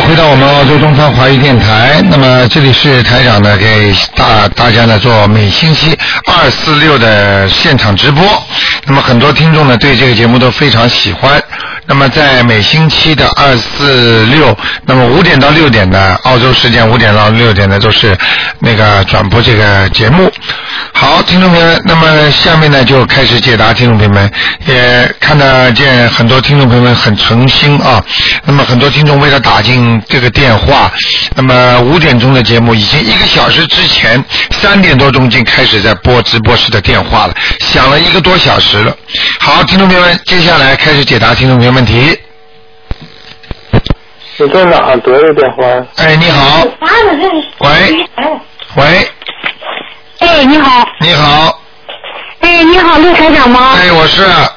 到周东方华语电台。那么这里是台长呢，给大大家呢做每星期二、四、六的现场直播。那么很多听众呢对这个节目都非常喜欢。那么在每星期的二、四、六，那么五点到六点呢，澳洲时间五点到六点呢都是那个转播这个节目。好，听众朋友们，那么下面呢就开始解答听众朋友们，也看得见很多听众朋友们很诚心啊。那么很多听众为了打进这个电话，那么五点钟的节目已经一个小时之前三点多钟已经开始在播直播室的电话了，响了一个多小时了。好，听众朋友们，接下来开始解答听众朋友问题。你在哪儿得的啊电话？哎，你好，喂，喂，哎，你好，你好，哎，你好，陆台长吗？哎，我是， 啊，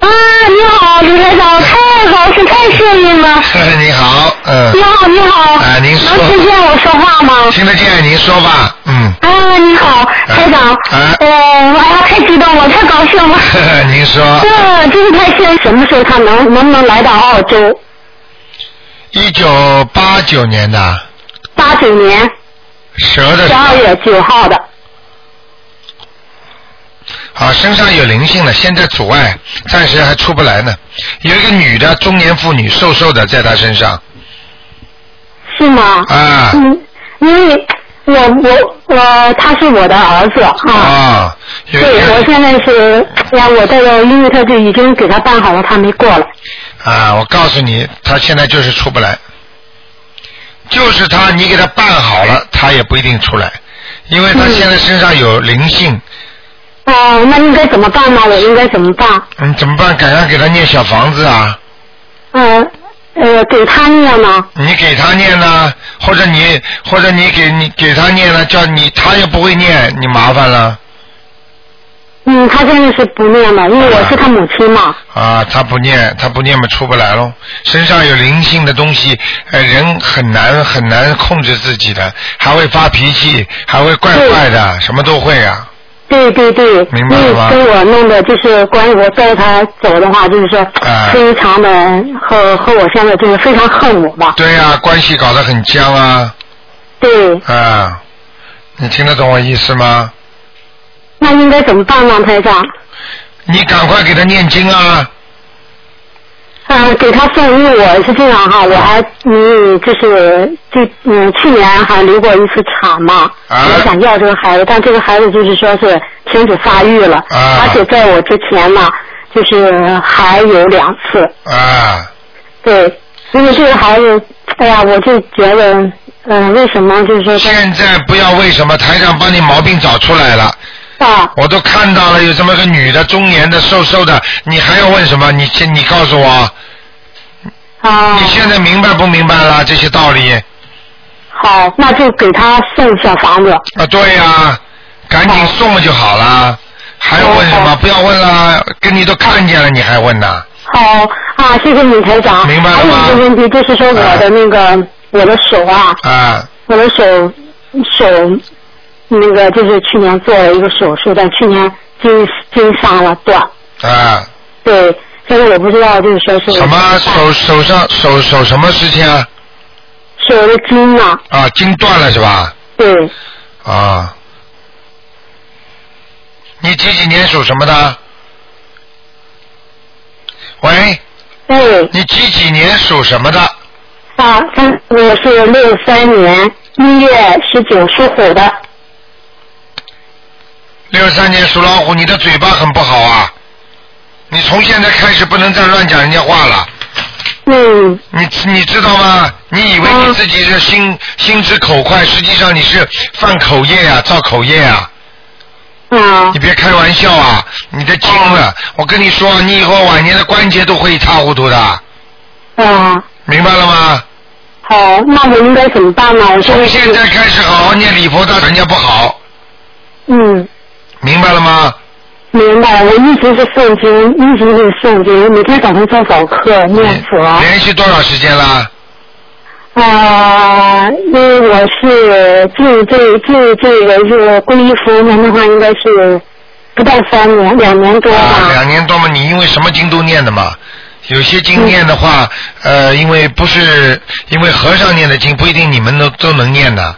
你好，陆台长，太高兴，太幸运了。你好，嗯，你好，你好，哎您说能听见我说话吗？ 听得见，您说吧，嗯， 啊，你好，台长，哎呃，哎呀，太激动了，太高兴 了，您说，这真是太幸运。什么时候他能能不能来到澳洲？一九八九年的八九年蛇的十二月九号的，啊，身上有灵性了，现在阻碍，暂时还出不来呢。有一个女的，中年妇女，瘦瘦的，在她身上是吗？啊嗯，因为我我我他是我的儿子啊啊，有对，一我个现在是，哎呀，我这个因为他就已经给他办好了，他没过来。啊，我告诉你，她现在就是出不来，就是她，你给她办好了，她也不一定出来，因为她嗯现在身上有灵性，哦，那应该怎么办呢？我应该怎么办？嗯，怎么办？赶快给她念小房子啊，呃呃，给他念呢？你给她念呢、或者你或者你给你给她念了，叫你她也不会念，你麻烦了嗯，他现在是不念了，因为我是他母亲嘛。啊！她不念，她不念嘛，出不来喽。身上有灵性的东西，呃，人很难很难控制自己的，还会发脾气，还会怪怪的，什么都会啊。对对对，明白了吗因为跟我弄的就是关于我带他走的话，就是说哎非常的和和我现在就是非常恨我吧。对呀、关系搞得很僵啊对，啊！你听得懂我意思吗？那应该怎么办呢，台长？你赶快给他念经啊！嗯，给他送，因为我是这样哈，我还嗯，就是这嗯，去年还流过一次产嘛，啊我想要这个孩子，但这个孩子就是说是停止发育了，啊而且在我之前呢，就是还有两次，啊，对，因为这个孩子，哎呀，我就觉得，嗯、为什么就是说现在不要为什么台长把你毛病找出来了。啊，我都看到了有这么个女的，中年的，瘦瘦的，你还要问什么？你你告诉我，啊，你现在明白不明白啦？这些道理啊好，那就给他送小房子，啊，对呀、赶紧送了就好啦，还要问什么？哦不要问啦，跟你都看见了，你还问呐？好啊，谢谢你台长，明白了还有吗一个问题就是说我的那个、我的手啊啊，我的手嗯手那个就是去年做了一个手术，但去年经经伤了断。啊，对，现在我不知道就是说是什么手手上手手什么事情啊？手的筋呢、啊，筋断了是吧？对，啊，你几几年属什么的？喂，对你几几年属什么的？啊，三我是六三年一月十九属虎的。六三年属老虎，你的嘴巴很不好啊！你从现在开始不能再乱讲人家话了。嗯，你你知道吗？你以为你自己是心、心直口快，实际上你是犯口业呀、造口业呀、啊你，别开玩笑啊！你的筋了，我跟你说，你以后晚年的关节都会一塌糊涂的，啊，明白了吗？好，那我应该怎么办呢？我现从在现在开始好好念礼佛大，人家不好，嗯。明白了吗？明白，我一直是诵经，一直是诵经，每天早上做早课念佛。连续多少时间啦？啊，因为我是进这进这个这个皈依佛门的话，应该是不到三年，两年多吧。啊啊，两年多嘛，你因为什么经都念的嘛？有些经念的话，嗯呃，因为不是因为和尚念的经不一定你们都都能念的，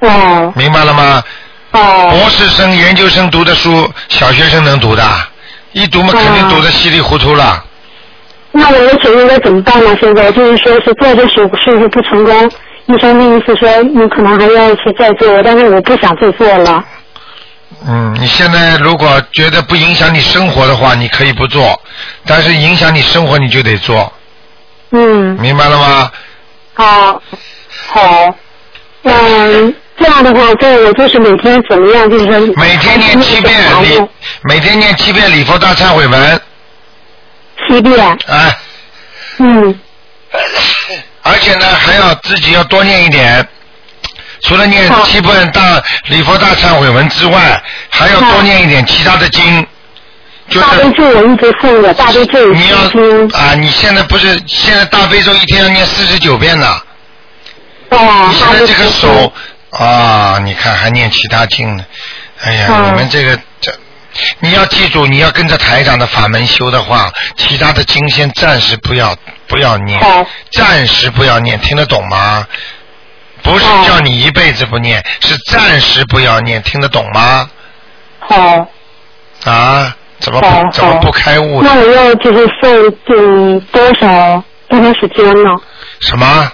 哦明白了吗？哦博士生、研究生读的书，小学生能读的，啊一读嘛肯定读的稀里糊涂了。那我们请应该怎么办呢？现在就是说是做这手术是不成功，医生的意思说你可能还要去再做，但是我不想再做了。嗯，你现在如果觉得不影响你生活的话，你可以不做；但是影响你生活，你就得做，嗯，明白了吗？好，好，嗯，这样的话，对我就是每天怎么样，就是说每天念七遍哦礼，每天念七遍礼佛大忏悔文，七遍，哎，嗯，而且呢还要自己要多念一点。除了念好七遍大礼佛大忏悔文之外，还要多念一点其他的经，就大悲是咒我一直诵着，大悲咒你心经，要啊，你现在不是现在大悲咒一天要念四十九遍呢，哦，你现大在悲这个咒手啊，你看还念其他经呢，哎呀，嗯你们这个这，你要记住，你要跟着台长的法门修的话，其他的经先暂时不要不要念好，暂时不要念，听得懂吗？不是哦叫你一辈子不念，是暂时不要念，听得懂吗？好，啊，怎么好不怎么好不开悟呢？那我要就是诵嗯多少多长时间呢？什么？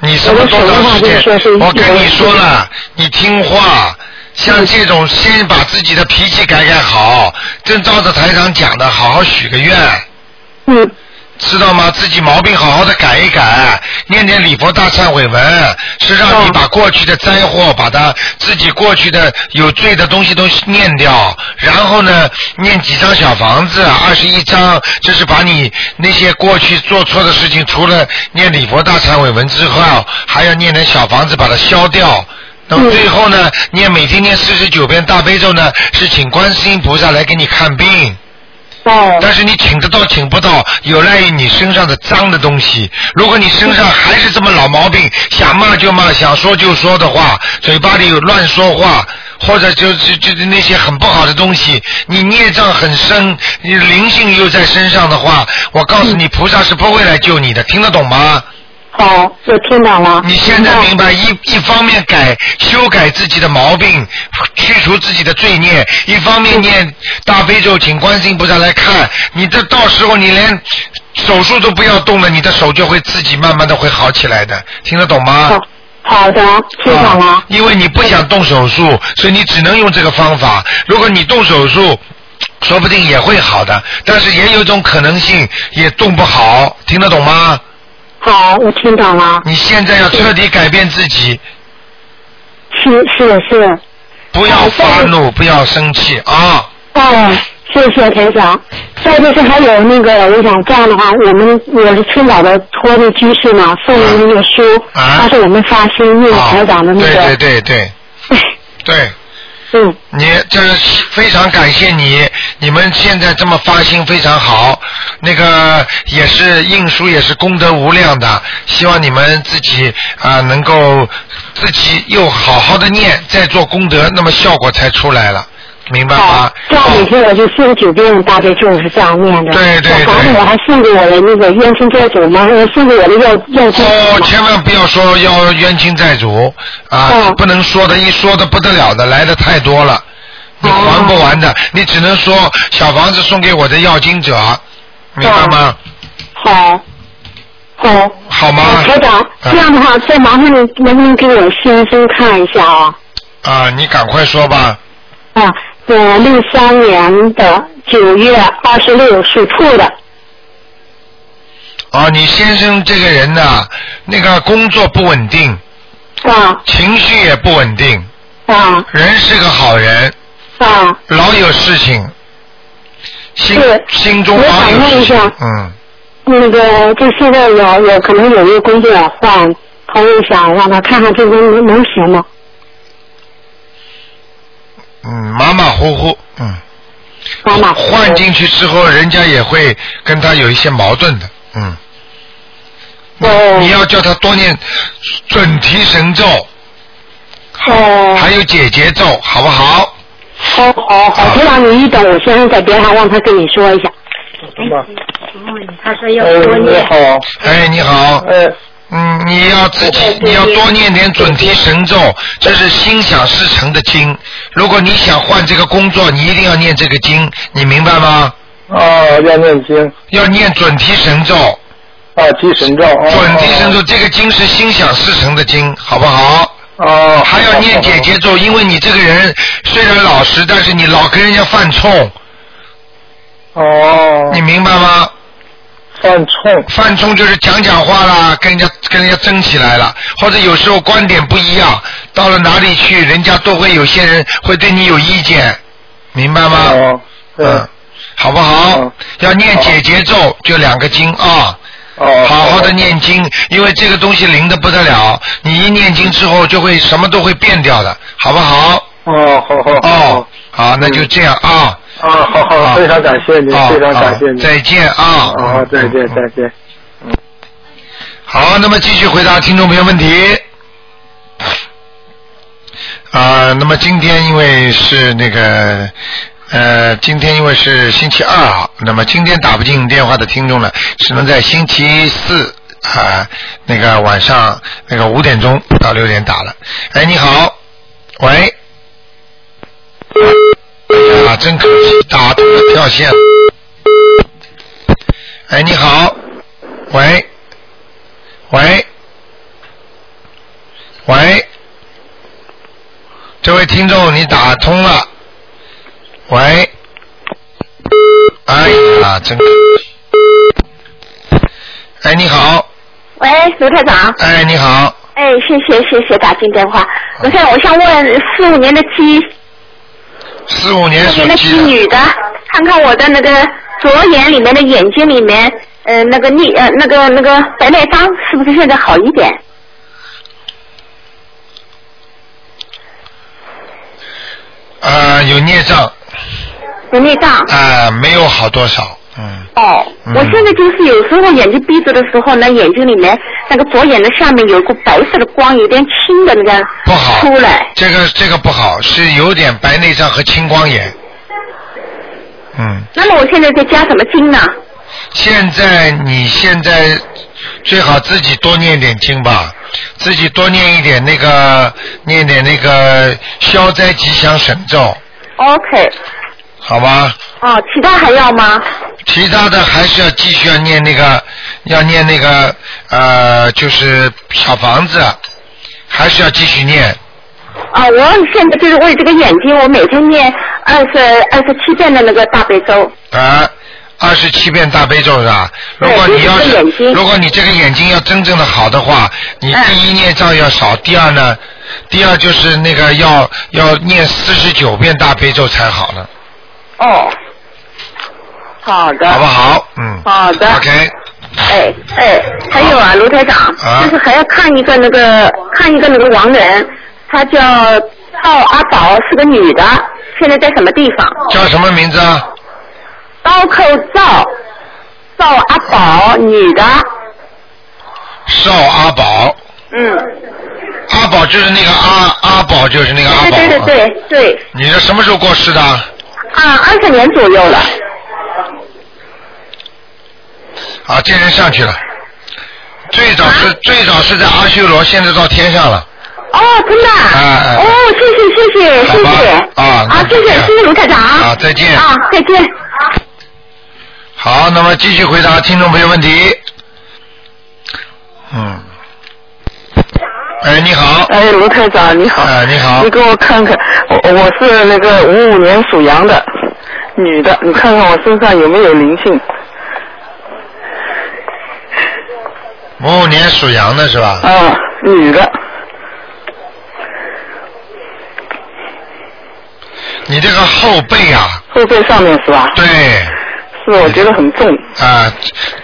你什么我的多手的长话时就是说是间？我跟有你说了，你听话。像嗯这种，先把自己的脾气改改好，正照着台长讲的，好好许个愿，嗯，知道吗？自己毛病好好的改一改，念念礼佛大忏悔文，是让你哦把过去的灾祸，把它自己过去的有罪的东西都念掉，然后呢，念几张小房子，二十一张，这是把你那些过去做错的事情，除了念礼佛大忏悔文之后，还要念点小房子把它消掉。那么嗯最后呢，念每天念四十九遍大悲咒呢，是请观世音菩萨来给你看病。哦，但是你请得到请不到，有赖于你身上的脏的东西。如果你身上还是这么老毛病，想骂就骂，想说就说的话，嘴巴里有乱说话，或者就就就是那些很不好的东西，你孽障很深，你灵性又在身上的话，我告诉你，菩萨是不会来救你的，听得懂吗？好，我听懂了。你现在明白一一方面改修改自己的毛病，去除自己的罪孽，一方面念大悲咒，请观世音菩萨来看你。这到时候你连手术都不要动了，你的手就会自己慢慢的会好起来的，听得懂吗？好，好的，哦听懂啊了。因为你不想动手术，所以你只能用这个方法。如果你动手术，说不定也会好的，但是也有一种可能性也动不好，听得懂吗？好，我听懂了。你现在要彻底改变自己。是是是，不要发怒，不要生气啊！哦，谢谢台长。再就是还有那个，我想这样的话，我们我是青岛的托的居士嘛，送的那个书，啊他是我们发心用啊嗯台长的那个，对对对对 对，嗯，你这非常感谢你，你们现在这么发心非常好，那个也是印书也是功德无量的，希望你们自己啊、能够自己又好好的念，再做功德，那么效果才出来了，明白吗哦好？，这样每天我就四十九遍大悲咒是这样念的，对对我对我还送给我的那个冤亲债主嘛，呃送给我的要要经哦，嘛，千万不要说要冤亲债主啊，嗯不能说的，一说的不得了的，来的太多了，嗯你还不完的，你只能说小房子送给我的要经者，明白吗？好，好。好吗？啊，台长，嗯这样的话，再麻烦你能不能给我先生看一下啊？啊，你赶快说吧，啊，我六三年的九月二十六属兔的，啊，你先生这个人呐、那个工作不稳定，啊情绪也不稳定，啊人是个好人，啊！老有事情，心是心中我老想有问事一情下，嗯，那个，就现在我我可能有一个工作要换，朋友想让他看看这个能能行吗？嗯，马马虎虎，嗯。妈妈，换进去之后，人家也会跟他有一些矛盾的，嗯。哦你要叫他多念准提神咒，哦，还有解结咒，好不好？好好好，台长你一等，我先生在边上，让他跟你说一下。是吧？嗯他说要哎，多你念，好，哎，你好，哎，嗯，你要自哦己你要多念点准提神咒，这是心想事成的经。如果你想换这个工作，你一定要念这个经，你明白吗？啊，要念经，要念准提神咒，哦啊，提神咒，啊准提神咒，这个经是心想事成的经，好不好？啊，还要念姐姐咒，因为你这个人虽然老实，但是你老跟人家犯冲，哦，你明白吗？犯冲，犯冲就是讲讲话啦，跟人家跟人家争起来了，或者有时候观点不一样，到了哪里去，人家都会有些人会对你有意见，明白吗？哦，对，嗯，好不好？嗯要念解结咒，就两个经啊，哦，好好的，念经，因为这个东西灵的不得了，你一念经之后就会什么都会变掉的，好不好？哦，嗯好好，哦，，好，那就这样啊，啊，好好，非常感谢您，啊非常啊感谢您，再见啊，好，再见，再见。好，那么继续回答听众朋友问题。啊、那么今天因为是那个，呃，今天因为是星期二啊，那么今天打不进电话的听众呢，只能在星期四啊、那个晚上那个五点钟到六点打了。哎，你好，喂，哎呀，真可惜，打通了掉线了。哎，你好，喂。喂，喂，这位听众，你打通了。喂，哎呀，真可惜。哎，你好，喂，卢台长，哎，你好，哎，谢谢谢谢打进电话。卢台长，我想问四五年的鸡，四五年四属五年的鸡鸡的，女的，看看我的那个左眼里面的眼睛里面，呃，那个逆呃那个那个白内障是不是现在好一点？呃，有孽障，啊、有内障。没有好多少，嗯，哦，啊嗯我现在就是有时候眼睛闭着的时候呢，眼睛里面那个左眼的下面有个白色的光，有点青的那个不好出来。这个这个不好，是有点白内障和青光眼，嗯。那么我现在在加什么经呢？现在你现在最好自己多念点经吧，自己多念一点那个念点那个消灾吉祥神咒， ？OK，好吧？哦，其他还要吗？其他的还是要继续要念那个，要念那个呃，就是小房子，还是要继续念。啊，我现在就是为这个眼睛，我每天念二十二十七遍的那个大悲咒。啊，二十七遍大悲咒是吧？如果对你要哎就是是眼睛如果你这个眼睛要真正的好的话，你嗯第一念障要少，第二呢，第二就是那个要要念四十九遍大悲咒才好呢，哦，好的，好不好？嗯。好的 OK，哎哎，还有啊，卢台长，啊就是还要看一个那个看一个那个亡人，她叫赵阿宝，是个女的，现在在什么地方？叫什么名字啊？刀口赵，赵阿宝，女的，啊邵阿宝，嗯，阿宝就是那个阿阿宝，就是那个阿对宝。对对对对，你是什么时候过世的？啊，二十年左右了，啊，这人上去了。最早是、啊最早是在阿修罗，现在到天上了。哦，真的啊，哎哎哦，谢谢谢谢好谢吧谢，啊那啊，谢就谢这样谢谢卢台长啊再见啊，再见。好，那么继续回答听众朋友问题。嗯。哎，你好。哎，卢台长你好，哎，你好你。给我看看，我我是那个五五年属羊的女的，你看看我身上有没有灵性？五五年属羊的是吧？啊，女的，你这个后背啊，后背上面是吧？对，是，我觉得很重，啊，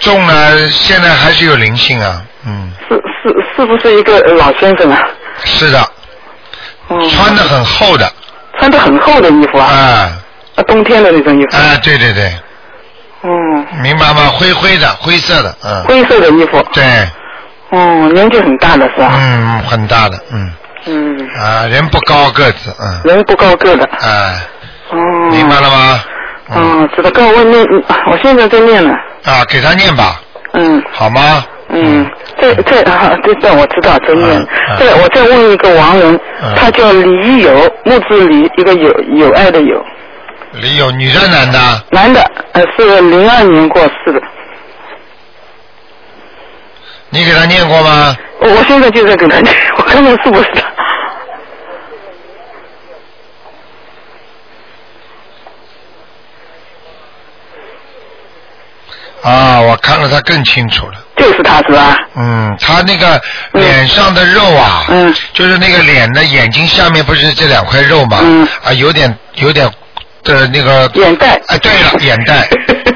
中了，现在还是有灵性啊。嗯，是是是不是一个呃老先生啊？是的，嗯，穿的很厚的，穿的很厚的衣服啊，啊，啊冬天的那种衣服，啊，对对对，嗯，明白吗？灰灰的，灰色的，嗯，灰色的衣服，对，嗯，年纪很大了是吧？嗯，很大的，嗯，嗯，啊，人不高个子，嗯，人不高个的，啊，嗯，明白了吗？嗯，知道。跟我问念，嗯我现在在念了。啊，给他念吧，嗯好吗？嗯，这这啊，这这我知道，在念嗯嗯。这我再问一个亡人嗯，他叫李友，木字李，一个友友爱的友，李友，女的男的？男的，呃，是零二年过世的。你给他念过吗？我我现在就在给他念，我看看是不是他。啊，我看了他更清楚了。就是他是吧？嗯，他那个脸上的肉啊，嗯就是那个脸的眼睛下面不是这两块肉嘛，嗯啊，有点有点的那个，眼袋。哎，对了，眼 袋，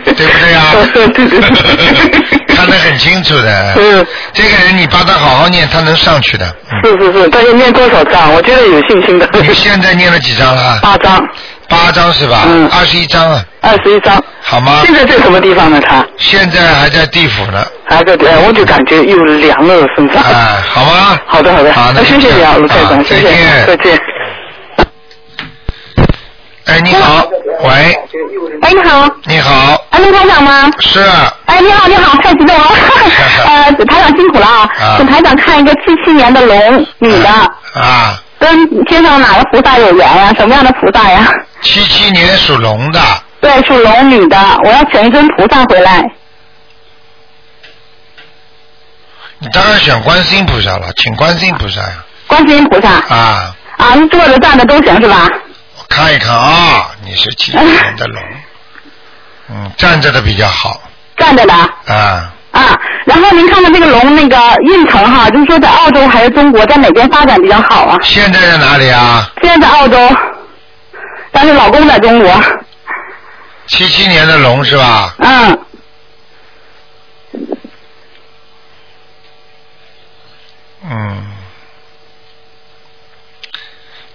对不对啊对对 对？ 看得很清楚的，嗯，这个人你帮他好好念，他能上去的。嗯是是是，但要念多少章？我觉得有信心的。你 现在念了几张了？八章，八张是吧？嗯二十一张啊，二十一章。好吗现？在在什么地方呢？他现在还在地府呢，还在，哎我就感觉又凉了身上。哎，好吗？ 好的好的，好那那就谢谢你啊，这样卢台啊长，谢谢再见，再见。哎，你好，喂，哎，你好，啊你好，哎，卢台长吗？是，哎，你好，你好，太激 动了。呃，台长辛苦了啊啊，请台长看一个七七年的龙，女的，啊，跟天上哪个菩萨有缘啊呀？什么样的菩萨呀？七七年属龙的，对，属龙女的，我要请一尊菩萨回来。你当然选观世音菩萨了，请观世音菩萨呀。观世音菩萨啊，啊，你坐着站着都行是吧？我看一看啊，你是七七年的龙，嗯，站着的比较好站着的啊。啊。然后您看看这个龙那个运程哈，就是说在澳洲还是中国，在哪边发展比较好啊？现在在哪里啊？现在在澳洲，但是老公在中国。七七年的龙是吧？嗯，嗯，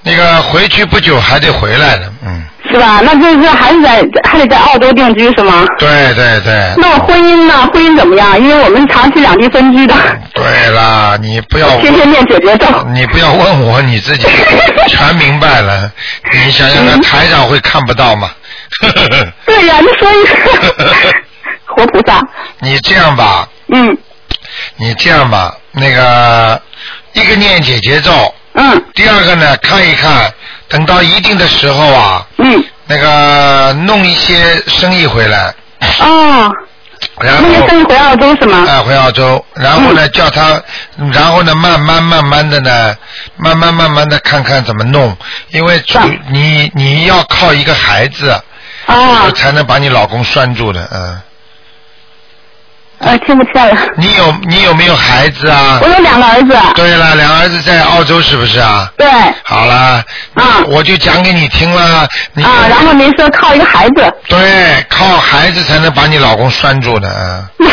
那个回去不久还得回来的，嗯，是吧？那就是还是在还得在澳洲定居是吗？对对对。那我婚姻呢？婚姻怎么样？因为我们长期两地分居的，对啦，你不要 天天念解决咒。你不要问我，你自己 全明白了。你想想看，嗯台长会看不到吗？ 对呀、你说一个活菩萨， 你这样吧，嗯你这样吧，那个一个念姐姐咒，嗯第二个呢看一看，等到一定的时候啊，嗯，那个弄一些生意回来，哦，然那后就。生意回澳洲是吗？哎，回澳洲，然后嗯呢，叫他，然后呢，慢慢慢慢的呢，慢慢慢慢的看看怎么弄，因为主嗯你你要靠一个孩子，哎啊我，才能把你老公拴住的，嗯。呃，听不见了。你有你有没有孩子啊我？有两个儿子，对了，两儿子在澳洲是不是啊？对，啊，好啦，啊我就讲给你听了，你、然后您说靠一个孩子， 对，靠孩子才能把你老公拴住的，嗯。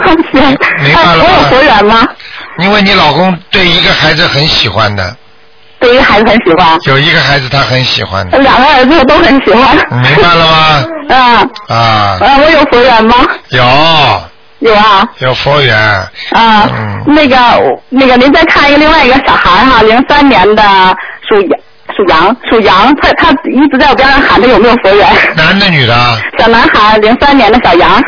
行，明白哎了我吗有佛缘吗？因为你老公对一个孩子很喜欢的，对于孩子很喜欢，有一个孩子他很喜欢的，两个儿子我都很喜欢。明白了吗？啊，啊，呃，我有佛缘吗？有有啊，有佛缘，啊，嗯那个那个，您再看一个另外一个小孩哈，零三年的属羊属羊属羊，他他一直在我边上喊他有没有佛缘，男的女的啊小男孩零三年的小羊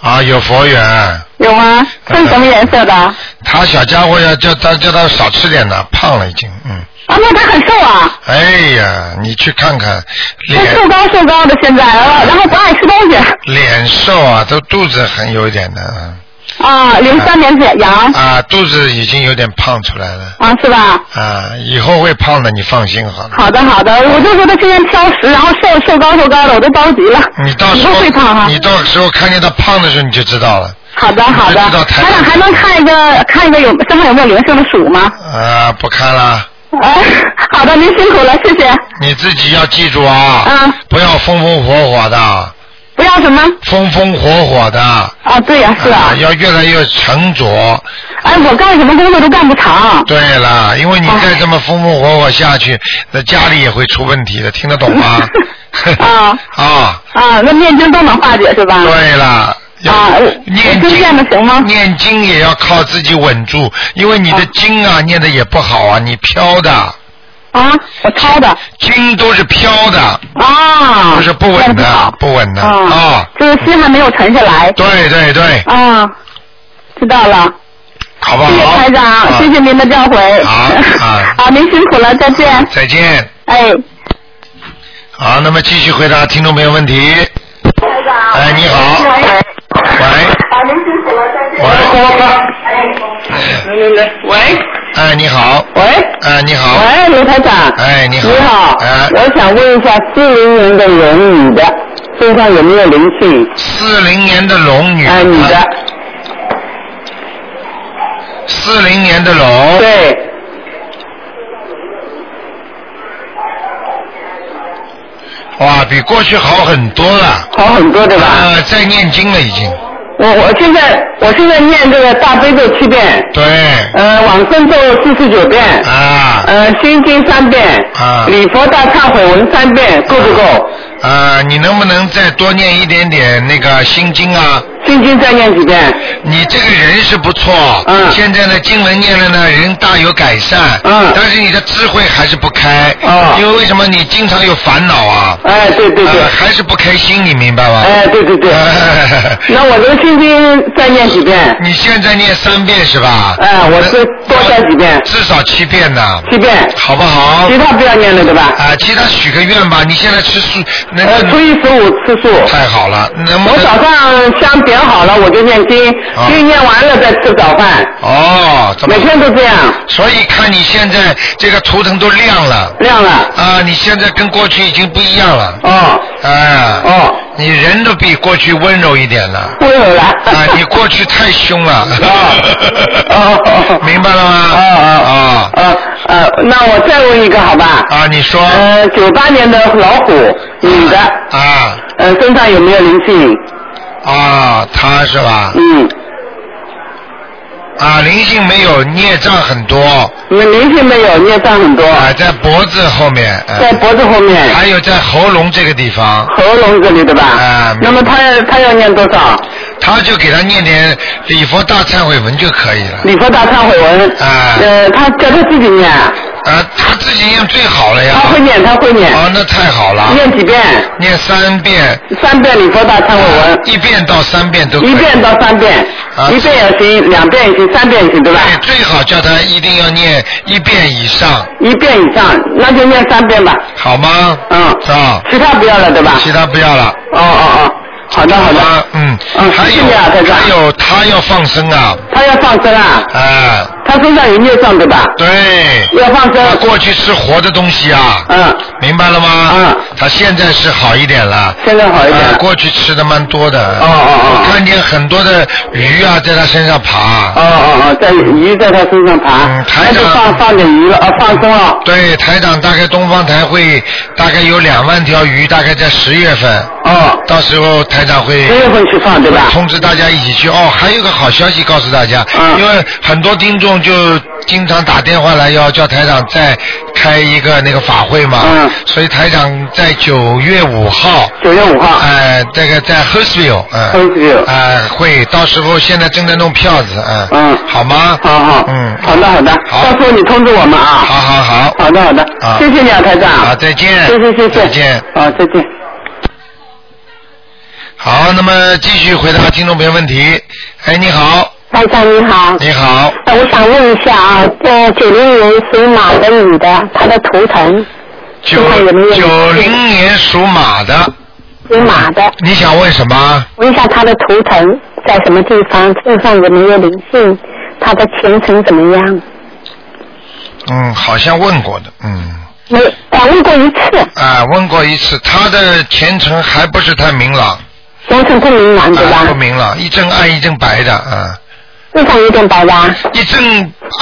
啊，有佛缘。有吗？这是什么颜色的？啊，他小家伙要叫他叫他少吃点呢，胖了已经，嗯。那他很瘦啊，哎呀，你去看看，他瘦脸高瘦高的现在，然后然后不爱吃东西脸瘦啊，都肚子很有一点的啊啊，零三年的羊啊，肚子已经有点胖出来了啊，是吧？啊，以后会胖的，你放心好了。好的好的，我就说他天天挑食，然后瘦瘦高瘦高的，我都着急了。你到时以候后会胖啊哈、你到时候看见他胖的时候你就知道了，好的好的你知道，台台长长还能看一个看一个有身上有没有灵性的鼠吗？啊，不看了，哎，好的，您辛苦了，谢谢。你自己要记住啊，嗯不要风风火火的，不要什么？风风火火的，啊啊，对呀、是啊。要越来越沉着，哎，我干什么工作都干不长。啊对了，因为你再这么风风火火下去，那家里也会出问题的，听得懂 吗？啊 啊，啊，那念经都能化解是吧？对了。要啊呃我念我经真念得行吗念经啊也要靠自己稳住，因为你的经啊念的也不好啊，你飘的，啊，我抄的经都是飘的，啊，就是不稳这样的好，不稳的啊啊。，就是心还没有沉下来对对对，啊，知道了，好不好？谢谢台啊长，谢谢您的教诲，好 啊啊，您辛苦了，再见，再见。哎。好，那么继续回答听众朋友问题。哎，你好。喂。喂。喂哎，你好。喂哎，你好。喂，卢台长。哎你好你好。哎我想问一下，四零年的人女的身上有没有灵性？四零年的龙女。啊哎，女的。四零年的龙。对。哇，比过去好很多了。好很多对吧？呃，在念经了已经。我我现在我现在念这个大悲咒七遍，对。呃，往生咒四十九遍，啊。呃，心经三遍，啊礼佛大忏悔文三遍，够不够？呃，你能不能再多念一点点那个心经啊？心经再念几遍？你这个人是不错，嗯现在呢经文念了呢，人大有改善，嗯但是你的智慧还是不开，哦因为为什么你经常有烦恼啊？哎，对对对呃，还是不开心，你明白吗？哎，对对对。那我这个心经再念几遍？ 你现在念三遍是吧？哎，我是多加几遍，至少七遍呢，七遍，好不哎好？其他不要念了对吧？啊，其他许个愿吧。你现在吃素，那呃，初个一十五吃素。太好了，能不我早能？上香点好了，我就念经，啊经念完了再吃早饭，哦，怎么每？天都这样，所以看你现在这个图腾都亮了。亮了。啊，你现在跟过去已经不一样了，哦啊，哦，你人都比过去温柔一点了，温柔了。 啊，你过去太凶了，哦哦明白了吗？哦哦啊哦呃，那我再问一个好吧？啊，你说呃，九八年的老虎，女的，啊呃，身上有没有灵性？啊，他是吧？嗯，啊，灵性没有，孽障很多，没灵性没有，孽障很多，啊，在脖子后面，啊在脖子后面，还有在喉咙这个地方，喉咙这里对吧？啊那么他要他要念多少？他就给他念点礼佛大忏悔文就可以了。礼佛大忏悔文。啊呃，他叫他自己念啊，啊，他自己念最好了呀。他会念，他会念，哦，那太好了。念几遍？念三遍，三遍礼佛大忏悔文。一遍到三遍都可以。一遍到三遍，啊一遍也行，两遍也行，三遍也行，对吧？对，最好叫他一定要念一遍以上，一遍以上，那就念三遍吧。好吗？嗯，啊，其他不要了，对吧？其他不要了。哦哦哦，好的好吗的。？嗯，嗯还谢有谢啊台长还有他要放生啊，他要放生啊，啊，他身上有孽障，对吧？对，要放他生。过去吃活的东西啊，嗯，明白了吗？嗯，他现在是好一点了。现在好一点啊了。过去吃的蛮多的，哦哦看见很多的鱼啊在他身上爬哦。，哦哦哦，在鱼在他身上爬嗯，那台就长放放点鱼了啊，放生了。对，台长大概东方台会大概有两万条鱼，大概在十月份，哦，到时候台长会十月份去放，对吧？通知大家一起去。哦，还有个好消息告诉大家，嗯因为很多听众就经常打电话来要叫台长再开一个那个法会嘛，嗯所以台长在九月五号。九月五号。呃，这个在 h e r s v i l l e 嗯、 Huntsville 呃会，到时候现在正在弄票子，嗯、嗯好吗？好好。嗯，好的好的，好到时候你通知我们啊。好好好，好的好的啊，谢谢你啊，台长。好，再见，谢谢谢谢。再见。好，再见。好，那么继续回答听众朋友问题。哎，你好，台长你好，你好，呃，我想问一下啊，呃，九零年属马的女的，她的图腾九看看有没有九零年属马的，属马的，你想问什么？问一下她的图腾在什么地方，身上有没有灵性，她的前程怎么样？嗯，好像问过的，嗯，没，呃，问过一次，啊，问过一次，他的前程还不是太明朗，前程不明朗对啊，不吧？明朗，一阵暗一阵白的，啊，身上有点白吧？一阵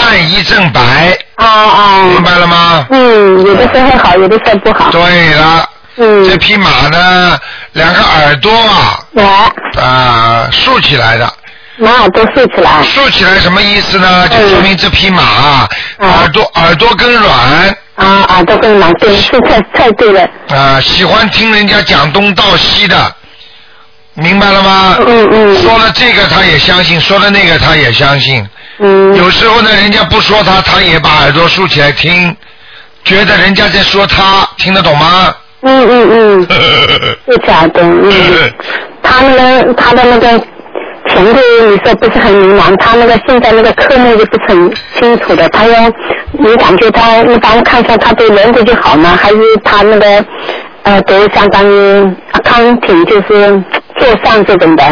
暗一阵白，啊啊，明白了吗？嗯，有的时候好，有的时候不好，对了，嗯，这匹马呢，两个耳朵啊来，啊竖起来的，马耳朵竖起来，啊竖起来什么意思呢？就说明这匹马啊嗯耳朵耳朵更软啊，耳朵更朗，对，是太太对了，啊，喜欢听人家讲东道西的，明白了吗？嗯嗯说了这个他也相信，说了那个他也相信。嗯，有时候呢，人家不说他，他也把耳朵竖起来听，觉得人家在说他，听得懂吗？嗯嗯嗯，是假的， 嗯，他那个他的那个前途你说不是很迷茫，他那个现在那个科目就不是很清楚的，他要你感觉他，你帮我看一下他对轮子就好吗？还是他那个呃读相当于 accounting 嗯就是做账这种的，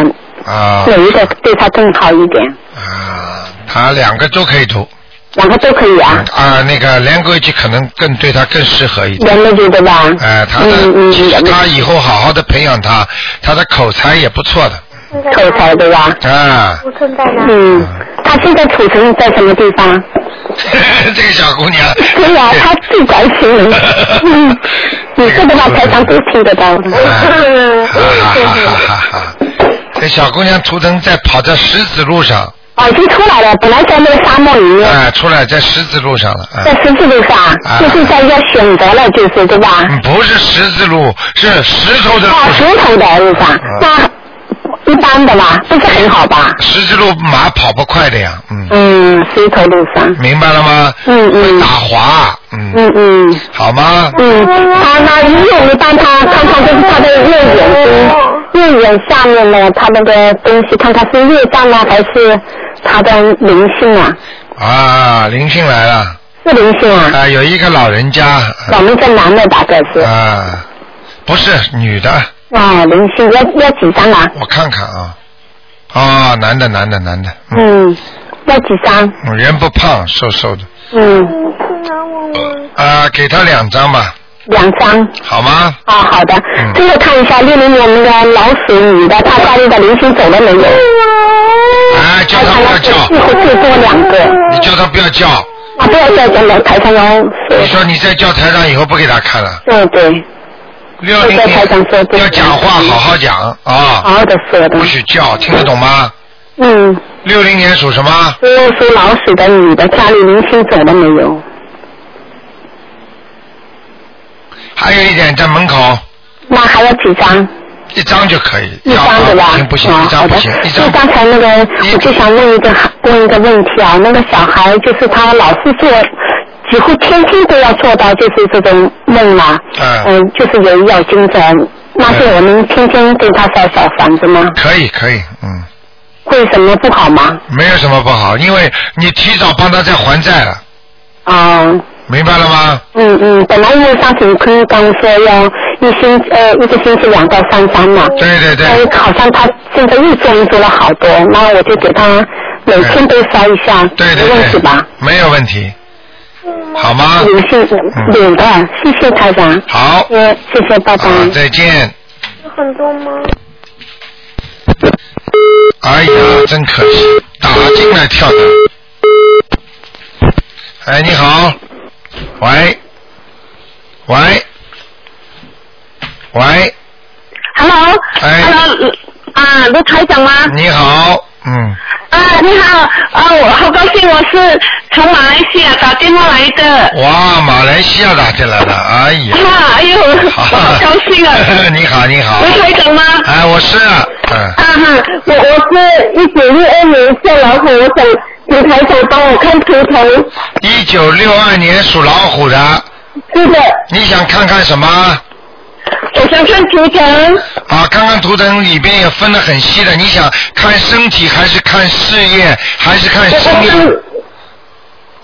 啊哪一个对他更好一点？啊，他两个都可以读。两个都可以啊，啊，那个 language 可能更对他更适合一点。两个就对吧？哎、他的、嗯嗯其实嗯他以后好好的培养他，他的口才也不错的。口才对吧？ 啊，不存在呢。嗯，他现在储存在什么地方？这个小姑娘。对呀、他最关心你。嗯，你说的话台长都听得到。哎哈哈哈哈哈！这小姑娘图腾在跑在石子路上，哦，已经出来了，本来在那个沙漠里面，哎、出来在石子路上了，哎、在十字路上，啊就是在要选择了，就是对吧？嗯不是石子路，是石头的路哦，石上。头的路上，那一般的吧，不是很好吧？石子路马跑不快的呀，嗯，嗯，石头路上，明白了吗？嗯会嗯打滑，嗯，嗯嗯好吗？嗯，他那右你帮他看看，就是他的右眼睛，右眼下面呢，他那个东西，看看是业障呢，还是他的灵性啊？啊，灵性来了，是灵性啊？啊，有一个老人家，我们这男的大概是，啊，不是女的，啊，灵性要要几张啊？我看看啊，啊，男的，男的，男的，嗯嗯，要几张？嗯人不胖，瘦瘦的。嗯，啊、给他两张吧，两张。好吗？啊，好的嗯。最后看一下六零年那个老鼠女的，她家里的灵性走了没有？嗯哎，叫他她不要要叫，最后最多两个。你叫他不要叫。啊，不要再讲了，台上要你说。说你再叫台上以后不给他看了。对对，六零在台上说年对嗯要讲话好好讲好啊，好的说的不。许叫，听得懂吗？嗯，六零年属什么？因为属老鼠的女的家里灵性走了没有？还有一点在门口，那还要几张？一张就可以。一要张对吧不行？不行，啊一张好不的行，一就张。刚才那个，一我就想问一个问一个问题啊，那个小孩就是他老是做，几乎天天都要做到就是这种梦嘛，嗯嗯，就是有要精神，那是嗯我们天天给他烧小房子吗？可以可以，嗯，会什么不好吗？没有什么不好，因为你提早帮他在还债了，啊、明白了吗？嗯嗯，本来因为上次你跟刚说要一星呃一个星期两到三张嘛，对对对哎但，是好像他现在又做又做了好多，那我就给他每天都烧一下，对对没问题对吧？，没有问题，啊好吗？有幸嗯啊领的，谢谢台长，好，呃，谢谢爸爸。啊，再见。很多吗？哎呀，真可惜，打进来跳的。哎，你好，喂，喂，喂， Hello，哎 Hello，啊，卢台长吗？你好，嗯，啊，你好，啊，我好高兴，我是从马来西亚打电话来的。哇，马来西亚打进来了，哎呀， 啊，哎呦，我好高兴 啊！你好，你好卢，台长吗？哎，我是，嗯，啊哈，我我是一九六二年的老虎，我想请台长帮我看图腾。一九六二年属老虎的，是的，你想看看什么？我想看图腾。啊，刚刚图腾里边也分得很细的，你想看身体还是看事业，还是看我生我想命？，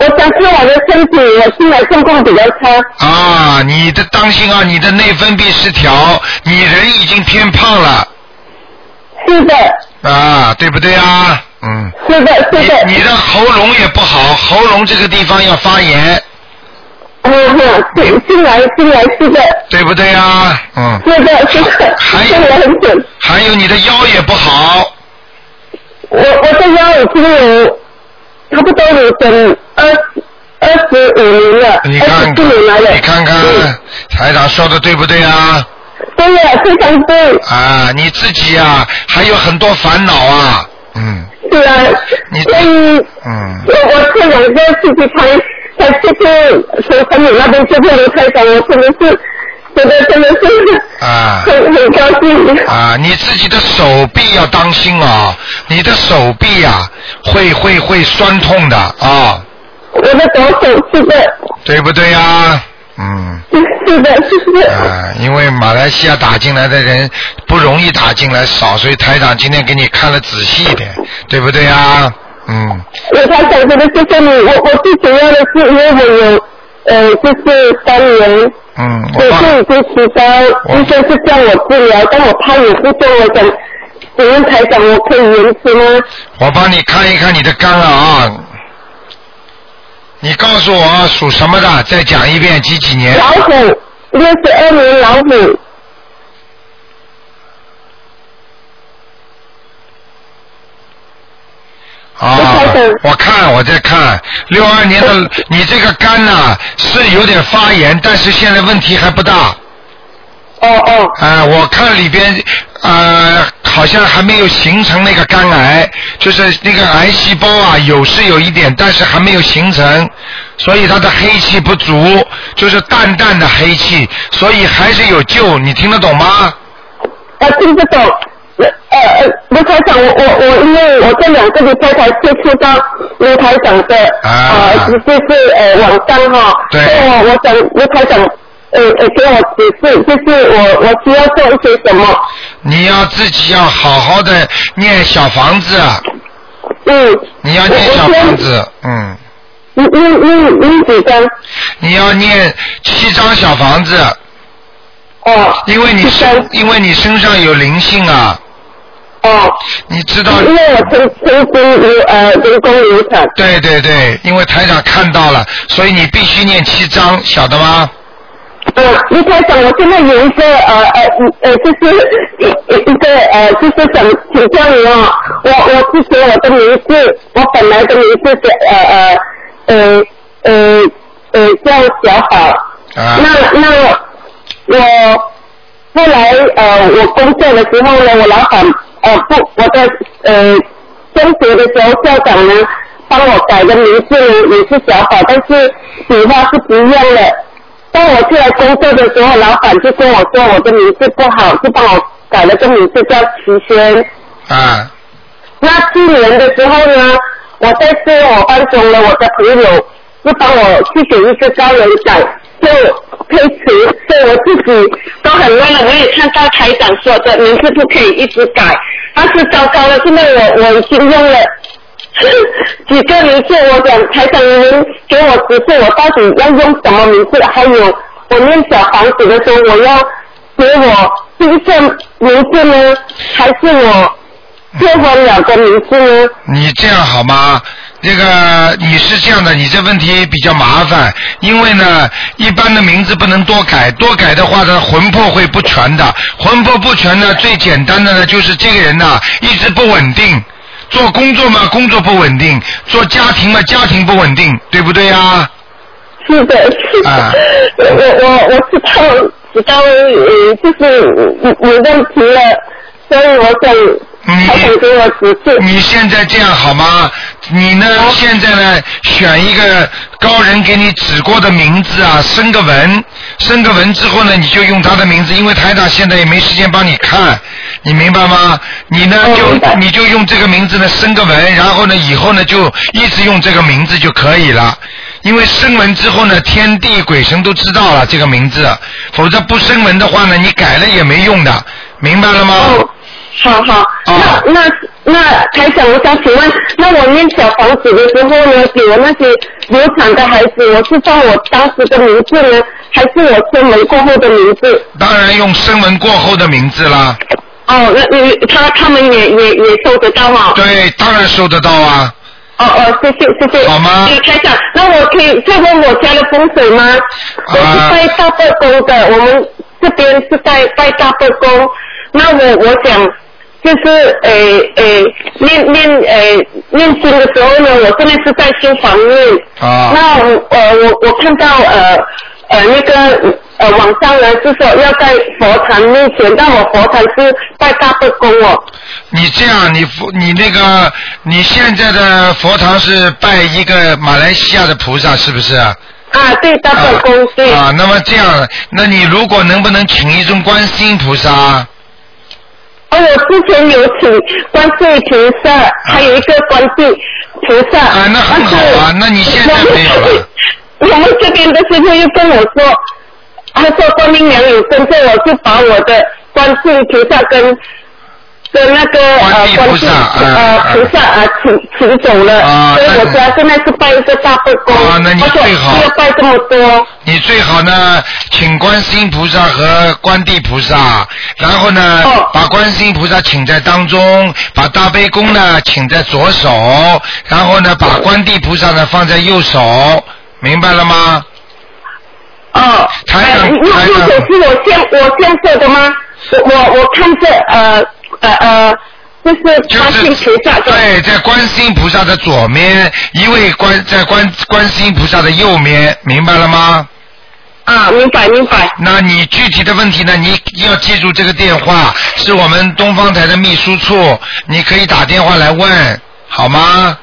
我想是我的身体，我进来状况比较差。啊，你的当心啊，你的内分泌失调，你人已经偏胖了是的，啊，对不对啊？嗯，是的，是的。你你的喉咙也不好，喉咙这个地方要发炎，嗯哼，进进来进来，是的，对不对啊？嗯，是的，是的，还进来很准。还有你的腰也不好，我我的腰已经有差不多有整二二十五年了，你二看十四年来了。你看嗯看，台长说的对不对啊？对呀，非常对，啊，你自己啊，还有很多烦恼啊，嗯是啊。你所以嗯，我我这两个事情才才就是从从你那边接触刘台长，我真的是觉得真的是啊。很很高兴。啊，你自己的手臂要当心啊，你的手臂啊，会会会酸痛的啊，我的左手是的，对不对呀、嗯是的，是的。啊，因为马来西亚打进来的人不容易打进来少，所以台长今天给你看了仔细一点，对不对啊？嗯，我才想说的是说你，我我最主要的是因为我有呃，就是肝炎，嗯，我我帮就已经提高，我医生是叫我治疗，但我怕也不中，我想请问台长，我可以延期吗？我帮你看一看你的肝了啊。你告诉我属什么的，再讲一遍几几年老虎，六十二年老虎，啊我看看？我看我在看，六二年的你这个肝呐、是有点发炎，但是现在问题还不大。哦哦，呃，我看里边呃，好像还没有形成那个肝癌，就是那个癌细胞啊，有是有一点，但是还没有形成，所以它的黑气不足，就是淡淡的黑气，所以还是有救。你听得懂吗？呃，听不懂。呃呃，卢台长，我我我，因为我这两个礼拜才接触到卢台长的，啊呃，就是呃网站哈，对所以我我想卢台长，呃呃，给我指示，就是我我需要做一些什么？你要自己要好好的念小房子，嗯，你要念小房子，嗯，你你你你几张？你要念七张小房子，哦，因为你七张身，因为你身上有灵性啊，哦，你知道。因为我曾曾经有呃人工流产，对对对，因为台长看到了，所以你必须念七章，晓得吗？呃，卢台长，我现在有一个呃呃呃，就是一一一个呃，就是想请教你哦，我我之前我的名字，我本来的名字是呃呃呃呃呃叫小好，啊那那我后来呃我工作的时候呢，我老板呃不我的呃中学的时候校长呢帮我改的名字呢也是小好，但是笔画是不一样的。当我出来工作的时候，老板就跟我说我的名字不好，就帮我改了个名字叫齐轩。啊那去年的时候呢，我在吃我班中的我的朋友就帮我去给一个高人奖，就推迟，所以我自己都很累了。我也看到台长说的名字不可以一直改，但是糟糕了，现在我我已经用了几个名字，我想台长您给我指示，我到底要用什么名字？还有我念小房子的时候，我要给我第一个名字呢，还是我？结婚了的名字呢？你这样好吗？这个你是这样的，你这问题比较麻烦，因为呢，一般的名字不能多改，多改的话呢，魂魄会不全的，魂魄不全呢，最简单的呢，就是这个人呐、一直不稳定，做工作嘛，工作不稳定，做家庭嘛，家庭不稳定，对不对呀、是的，是的，啊我 我我知道知道，呃，就是有有问题了，所以我想嗯你他想给我指示。 你现在这样好吗？你呢？现在呢，选一个高人给你指过的名字啊，生个文，生个文之后呢，你就用他的名字，因为台长现在也没时间帮你看，你明白吗？你呢嗯明白就你就用这个名字呢生个文，然后呢以后呢就一直用这个名字就可以了。因为生文之后呢，天地鬼神都知道了这个名字，否则不生文的话呢，你改了也没用的，明白了吗？哦，好好，嗯哦那那那台长，我想请问，那我念小房子的时候呢，给我那些流产的孩子，我是放我当时的名字呢，还是我生门过后的名字？当然用生文过后的名字啦。哦，那你他他们也也也收得到啊哈、对，当然收得到啊。哦哦，谢谢谢谢。好吗哎台长，那我可以再问我家的风水吗？啊我是拜大伯公的，我们这边是拜拜大伯公。那我我想就是呃呃念念呃念经的时候呢，我现在是在修房念。啊那我呃我我看到呃呃那个呃网上呢是说要在佛坛面前，但我佛坛是拜大伯公哦。你这样，你佛你那个你现在的佛堂是拜一个马来西亚的菩萨，是不是？啊，啊，对大伯公对。啊，那么这样，那你如果能不能请一尊观世音菩萨？哦，我之前有请观世菩萨，还有一个观世菩萨。啊那很好 啊那你现在没有了。我们这边的师傅又跟我说，他说过命娘有跟着我，就把我的观世音菩萨跟跟那个观呃世音观菩世萨音呃啊菩萨啊请请走了，啊所以那我家现在是拜一个大佛公，啊那你而且最好不要拜这么多。你最好呢，请观世音菩萨和观地菩萨，然后呢，哦把观世音菩萨请在当中，把大悲宫呢请在左手，然后呢，把观地菩萨呢放在右手，明白了吗？哦，台长呃那台那长首是我先我先做的吗？我我我看这呃呃呃，就是就观世是音菩萨的。对，在观世音菩萨的左面，一位观在观观世音菩萨的右面，明白了吗？啊，明白明白。那你具体的问题呢？你要记住这个电话是我们东方台的秘书处，你可以打电话来问，好吗？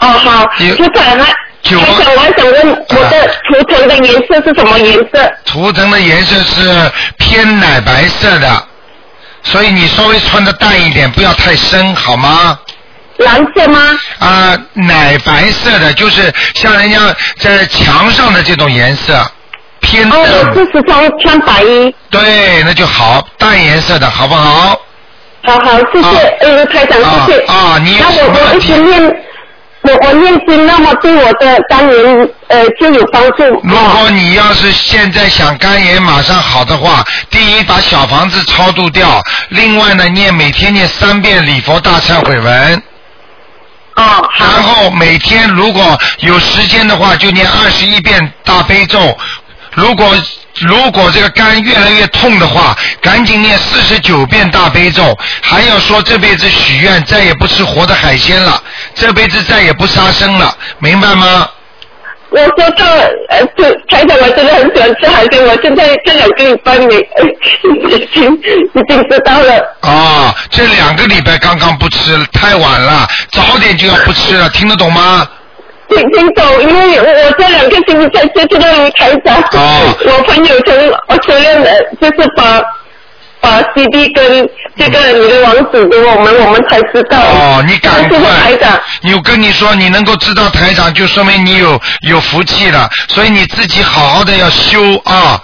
哦好，有台长啊，九啊台长，我还想问我的图腾的颜色是什么颜色？图腾的颜色是偏奶白色的，所以你稍微穿的淡一点，不要太深，好吗？蓝色吗？啊、奶白色的就是像人家在墙上的这种颜色，偏哦，淡，我是时常穿白衣。对，那就好，淡颜色的好不好？好好，谢谢，啊呃，台长，啊谢谢。啊你有那什么我我问一题直念，我我念经，那么对我的肝炎呃就有帮助。哦如果你要是现在想肝炎马上好的话，第一把小房子超度掉，另外呢念每天念三遍礼佛大忏悔文，哦，然好，后每天如果有时间的话就念二十一遍大悲咒。如果如果这个肝越来越痛的话，赶紧念四十九遍大悲咒，还要说这辈子许愿再也不吃活的海鲜了，这辈子再也不杀生了，明白吗？我说到呃，对，台长，我真的很喜欢吃海鲜，我现在这两个礼拜没，呃已经已经知道了。哦，这两个礼拜刚刚不吃，太晚了，早点就要不吃了，听得懂吗？请听懂，因为我这两个星期才接触到卢台长。哦我朋友从我承认了，就是把把 CD 跟这个你的网址给我们，我们才知道。哦，你赶但是卢快台长，！我跟你说，你能够知道台长，就说明你有有福气了，所以你自己好好的要修啊。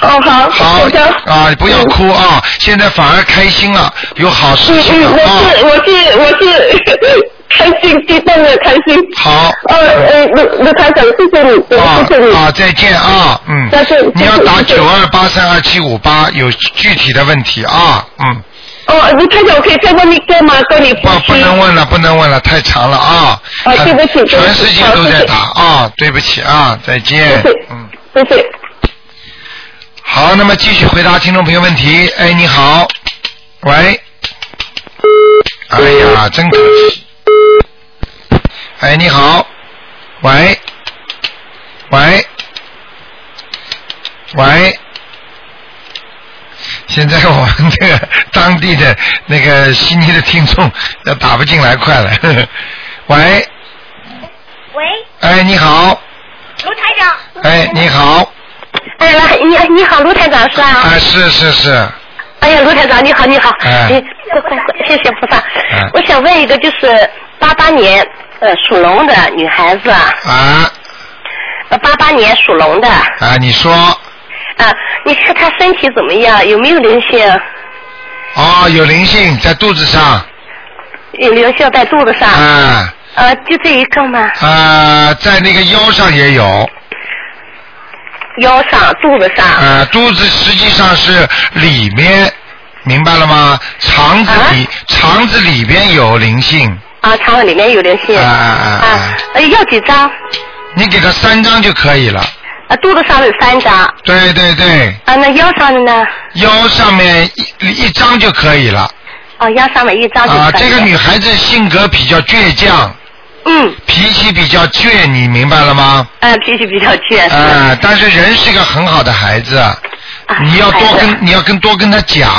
哦好好，好的。啊，不要哭啊！现在反而开心了，有好事嗯情嗯，了啊！我是我是我是开心激动的开心。好，哦呃，卢卢台长，谢谢你，啊谢谢你。啊，再见啊，嗯再见，你要打谢谢九二八三二七五八，有具体的问题啊，嗯，哦，卢台长，我可以再问一个吗？跟你不啊不能问了，不能问了，太长了啊！啊对不起对不起全世界都在打啊，对不起啊，再见谢谢，嗯，谢谢。好，那么继续回答听众朋友问题。哎，你好，喂，哎呀，真可惜。哎，你好，喂，喂，喂。现在我们这个当地的那个悉尼的听众要打不进来，快了。 呵呵喂，喂，哎，你好，卢台长。哎，你好，哎，来，你你好，卢台长是吧？啊，是是是，哎呀，卢台长，你好，你好，哎你快快快，谢谢菩萨。哎我想问一个，就是八八年呃属龙的女孩子，啊呃八八年属龙的啊、啊，你说。你看她身体怎么样？有没有灵性？哦，有灵性在肚子上，有灵性在肚子上？啊呃，就这一个吗？啊，在那个腰上也有，腰上、肚子上？啊，肚子实际上是里面，明白了吗？肠子里，肠子里边有灵性，啊，肠胃里面有灵性。啊啊啊啊！呃要几张？你给他三张就可以了。啊，肚子上有三张。啊，对对对，那腰上的呢？腰上面一一张就可以了。哦，腰上面一张就可以啊，这个了女孩子性格比较倔强，嗯，脾气比较倔，你明白了吗？呃，脾气比较倔。是吧 啊，但是人是个很好的孩子，你要多啊孩子跟你要跟多跟他讲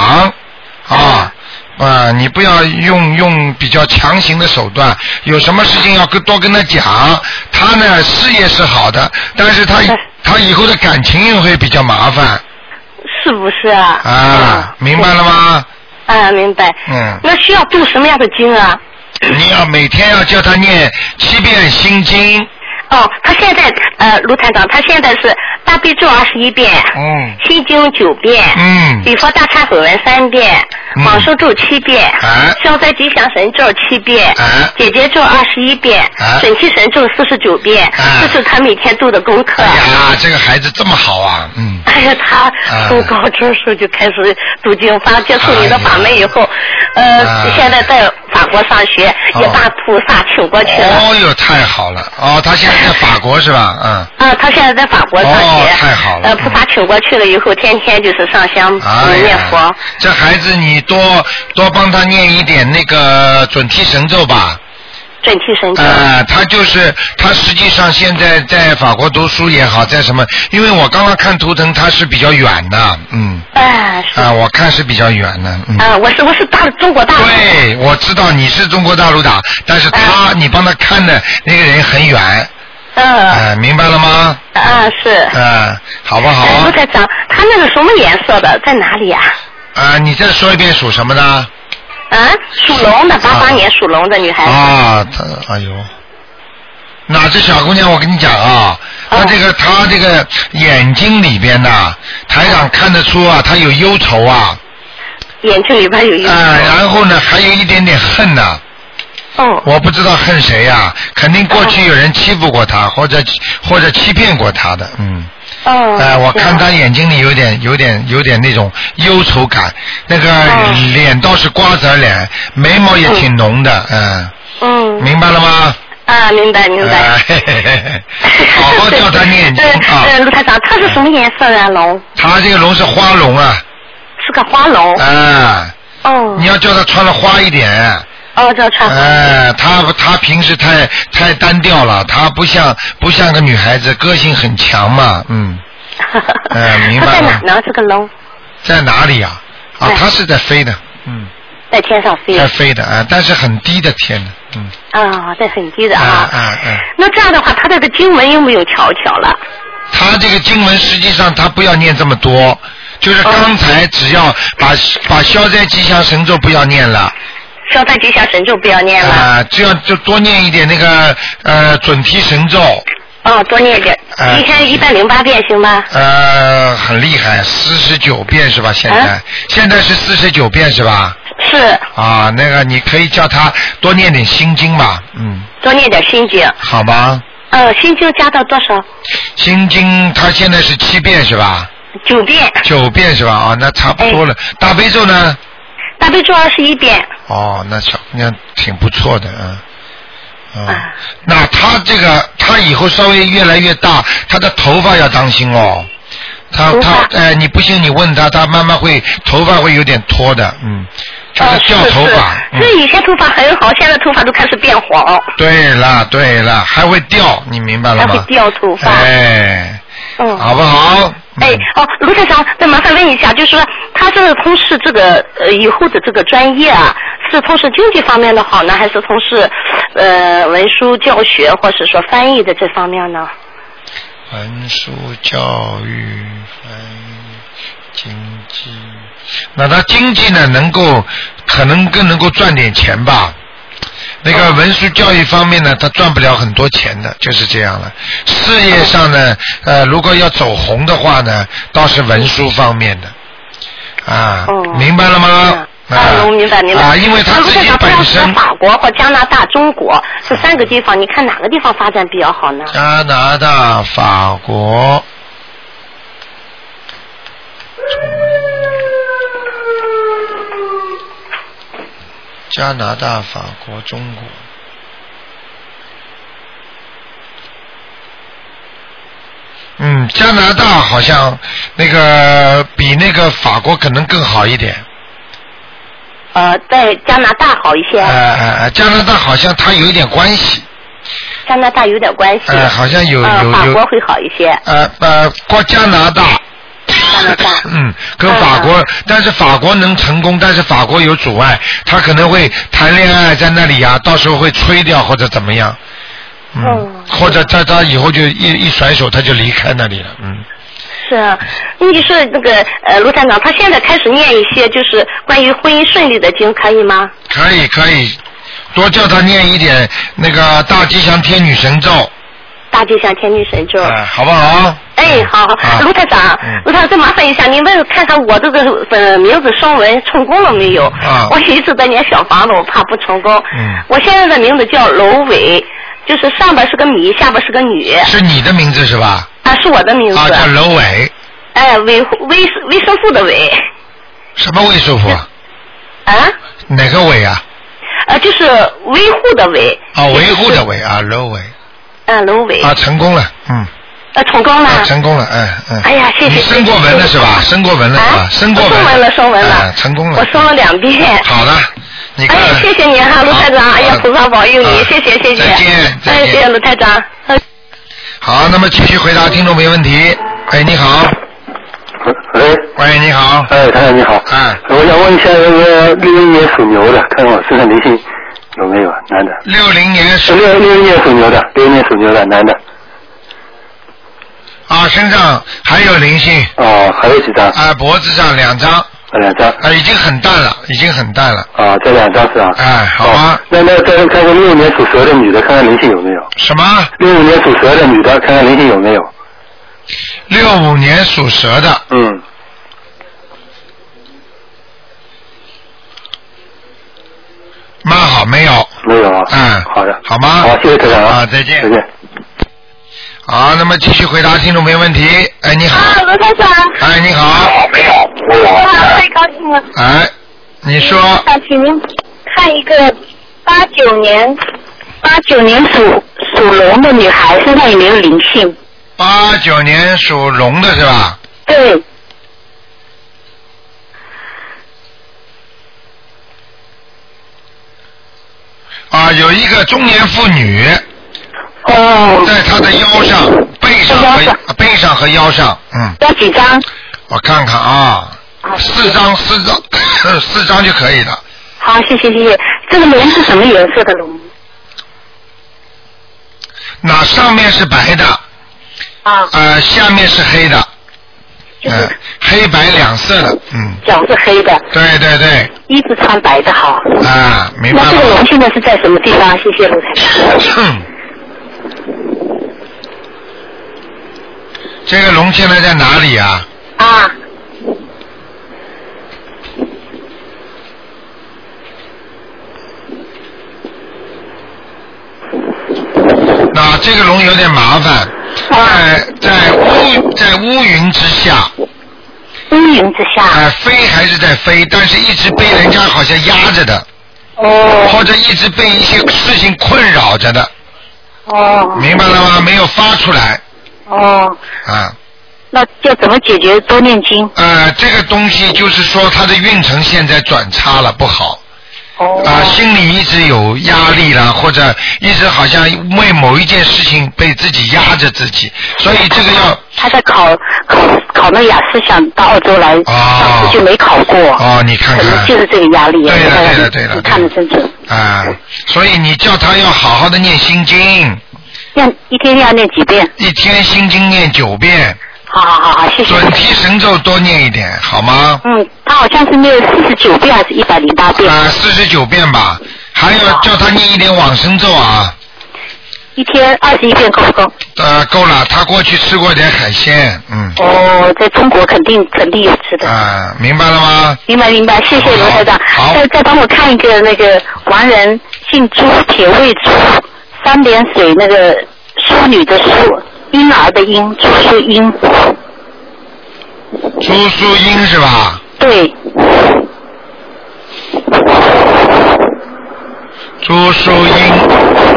啊啊，你不要用用比较强行的手段，有什么事情要跟多跟他讲。他呢事业是好的，但是 他是他以后的感情又会比较麻烦是不是啊？啊，明白了吗？啊，明白。嗯那需要读什么样的经啊？你要每天要叫他念七遍心经，哦，他现在呃，卢台长，他现在是大悲咒二十一遍，嗯心经九遍，嗯，礼佛大忏悔文三遍，嗯往生咒七遍哎，消灾吉祥神咒七遍哎，解结咒二十一遍哎，准提神咒四十九遍哎，这是他每天做的功课哎。呀，这个孩子这么好啊，嗯， 哎呀，他啊从高中时候就开始读经法，接触你的法门以后，啊呃，现在在法国上学，哦也把菩萨请过去了。哦哟，太好了，哦，他现在在法国是吧？嗯。啊，他现在在法国上学。哦太好了呃，菩萨请过去了以后，天天就是上香、哎嗯念呀佛。，这孩子你多多帮他念一点那个准提神咒吧。准提神咒。呃，他就是他实际上现在在法国读书也好，在什么？因为我刚刚看图腾，他是比较远的，嗯，哎，是。啊、我看是比较远的，嗯。啊，我是我是大中国大陆。对，我知道你是中国大陆的，但是他、你帮他看的那个人很远，嗯。呃，明白了吗？啊，是。呃，好不好哎啊卢？台长，他那个什么颜色的，在哪里呀、呃，你再说一遍属什么的？啊？属龙的，八啊八年属龙的女孩子。啊，她哎呦，哪这小姑娘，我跟你讲啊，哦她这个她这个眼睛里边呐、台长看得出啊，她有忧愁啊，眼睛里边有啊、一。然后呢，还有一点点恨呐、哦。我不知道恨谁呀、肯定过去有人欺负过她，或者或者欺骗过她的，嗯，哦。哎、我看他。她眼睛里有点有点有点那种忧愁感，那个哦脸倒是瓜子儿脸，眉毛也挺浓的，嗯，嗯。明白了吗？啊，明白明白。哎嘿嘿 嘿嘿好好叫他念经对啊！呃，卢台长，它是什么颜色的、啊龙？他这个龙是花龙啊，是个花龙。啊，哦你。要叫他穿的花一点，哦，这穿。哎，他他平时太太单调了，他不像不像个女孩子，个性很强嘛，嗯，哎明 白它在哪了呢？这个龙在哪里呀？啊，哎他是在飞的，嗯，在天上飞。在飞的啊，但是很低的天的，嗯，啊，在很低的啊啊。啊啊，那这样的话，他这个经文有没有调巧了？他这个经文实际上他不要念这么多，就是哦刚才只要把把消灾吉祥神咒不要念了。消灾吉祥神咒不要念了，啊、这样就多念一点那个呃准提神咒，哦，多念一点，啊一天一百零八遍行吗？呃很厉害，四十九遍是吧？现在、啊现在是四十九遍是吧？是，啊，那个你可以叫他多念点心经吧，嗯，多念点心经。好吗？呃，心经加到多少？心经他现在是七遍是吧？九遍，九遍是吧？啊，那差不多了。大悲咒呢？大悲咒二十一遍。哦，那小姑娘挺不错的，嗯。嗯啊，那她这个，她以后稍微越来越大，她的头发要当心哦。她头她发哎，你不信你问她，她慢慢会头发会有点脱的，嗯，就是哦掉头发。嗯、是是，是以前头发很好，现在头发都开始变黄，对了对了，还会掉，你明白了还吗？会掉头发。哎，嗯。好不好？嗯哎，哦，卢台长，那麻烦问一下，就是说他是从事这个呃以后的这个专业啊，是从事经济方面的好呢，还是从事呃文书教学或是说翻译的这方面呢？文书教育、翻译、经济，那他经济呢，能够可能更能够赚点钱吧。那哦个文书教育方面呢，他赚不了很多钱的，就是这样了。事业上呢，呃，如果要走红的话呢，倒是文书方面的，啊，哦明白了吗？嗯啊，我明白明白。啊，因为他自卢台己长，不本要说身法国或加拿大、中国这三个地方，你看哪个地方发展比较好呢？加拿大、法国。加拿大、法国、中国。嗯，加拿大好像那个比那个法国可能更好一点。呃，在加拿大好一些，呃呃，呃加拿大好像它有一点关系。加拿大有点关系。呃，好像有呃有法有国。会好一些，呃呃，过加拿大。加拿大。嗯，跟法国，但是法国能成功，但是法国有阻碍，他可能会谈恋爱在那里呀、到时候会吹掉或者怎么样，嗯，哦或者他他以后就一一甩手他就离开那里了，嗯，是啊，你说那个呃，卢站长，他现在开始念一些就是关于婚姻顺利的经，可以吗？可以可以，多叫他念一点那个大吉祥天女神咒，大吉祥天女神咒。哎、好不好？哎，哎，好啊好，卢台长嗯，卢台长，再麻烦一下，您问看看我这个呃名字声纹成功了没有？啊我一直在念小房子，我怕不成功。嗯我现在的名字叫楼伟，就是上边是个米，下边是个女，是你的名字是吧？啊，是我的名字。啊，叫楼伟，哎，维护维维生素的维，什么魏师傅？啊，哪个伟啊？呃，就是维护的维，啊，维护的维啊，楼伟嗯，楼伟，啊，成功了，嗯，呃，成功了。啊，成功了，嗯嗯。哎呀，谢谢。你升过文了是吧？升过文了是吧？啊，升过我文文了，升文了、啊成功了。我升了两遍。好了，你看。哎，谢谢您哈，卢台长，哎呀好，菩萨保佑你啊，谢谢谢谢。再见，再哎，见谢谢卢台长。呃啊好，那么继续回答听众朋友问题。哎，你好，喂，喂，你好，哎，台长你好，哎，我想问一下那个六一年属牛的，看我身上灵性有没有，啊男的。六零年属六六一年属牛的，六一年属牛的男的，啊，身上还有灵性哦，还有几张？呃啊，脖子上两张两张。啊，已经很淡了，已经很淡了。啊，这两张是吧？哎好吧哦那那再看看六五年属蛇的女的，看看灵性有没有？什么？六五年属蛇的女的，看看灵性有没有？六五年属蛇的，嗯，蛮好，没有。没有啊。嗯好的，好吗好，谢谢台长啊再见再见。好，那么继续回答听众朋友问题。哎，你好，啊，罗台长，哎，你好，哇，太高兴了！哎，你说啊，请您看一个八九年八九年属属龙的女孩身上有没有灵性？八九年属龙的是吧？对，啊，有一个中年妇女哦，在她的腰上、背上和背上和腰上，嗯，要几张？我看看啊，四张四张四张 就可以了。好，谢谢谢谢。这个龙是什么颜色的龙？那上面是白的，啊，呃，下面是黑的，就呃是，黑白两色的，嗯，脚是黑的，对对对，衣服穿白的好。啊，明白那这个了龙。现在是在什么地方？谢谢卢台长。 这个龙现在在哪里啊？啊，那这个龙有点麻烦，在在乌在乌云之下，乌云之哎、下。飞还是在飞，但是一直被人家好像压着的，哦或者一直被一些事情困扰着的，哦明白了吗？没有发出来哦，啊。那要怎么解决？多念经。呃，这个东西就是说它的运程现在转差了，不好。哦啊，心里一直有压力啦，或者一直好像为某一件事情被自己压着自己，所以这个要他在考考考那雅思，想到澳洲来，哦上次就没考过。哦，你看可能看就是这个压力，对了大家对了对了你看得真准。啊，所以你叫他要好好的念心经，要一天要念几遍？一天心经念九遍，好好好好，谢谢。准提神咒多念一点，好吗？嗯，他好像是念四十九遍还是一百零八遍？啊，四十九遍吧，还有叫他念一点往生咒啊，一天二十一遍够不够？呃，够了，他过去吃过点海鲜，嗯，哦，在中国肯定肯定有吃的。啊，明白了吗？明白明白，谢谢罗台长好好。再再帮我看一个那个王人，姓朱，铁卫朱，三点水那个淑女的淑，婴儿的婴，朱淑英。朱淑英是吧？对，朱淑英。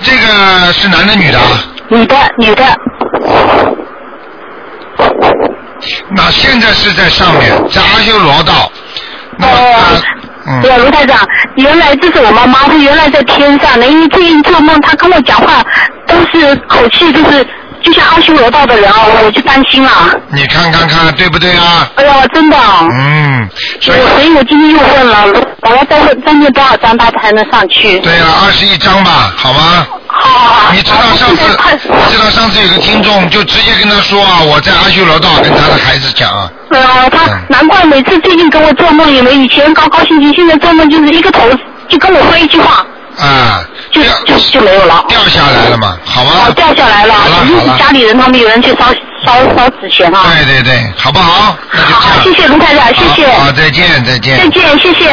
这个是男的女的啊？女的女的，那现在是在上面，在阿修罗道。那么哦他，对、嗯，卢台长，原来这是我妈妈，她原来在天上的，因为最近做梦，她跟我讲话都是口气就是就像阿修罗道的人哦，我就担心了。你看看看对不对啊？哎呀，真的哦、嗯，所以我所以我今天又问啊了，我要再问再念多少张他才能上去？啊对了，二十一章吧，好吗？好哦啊你知啊道上次，你知道上次有个听众就直接跟他说啊，我在阿修罗道跟他的孩子讲啊，是啊，他难怪每次最近跟我做梦，也没以前高高兴兴，现在做梦就是一个头就跟我说一句话，啊，就就就没有了。掉下来了嘛，好吗？哦，掉下来了，好了因好为了，家里人他们有人去烧烧烧纸钱啊。对对对，好不好？那就这样。谢谢卢台长谢谢好，好再见再见。再见，谢谢。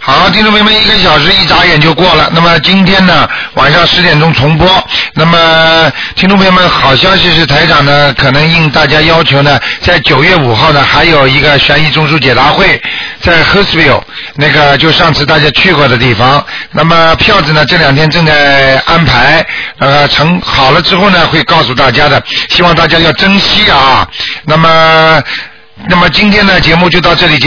好，听众朋友们，一个小时一眨眼就过了。那么今天呢，晚上十点钟重播。那么听众朋友们，好消息是台长呢，可能应大家要求呢，在九月五号呢，还有一个悬疑中枢解答会，在 h e r s v i l l e 那个就上次大家去过的地方。那么票子呢，这两天正在安排，呃，成好了之后呢，会告诉大家的。希望大家要珍惜啊。那么。那么今天呢，节目就到这里结束。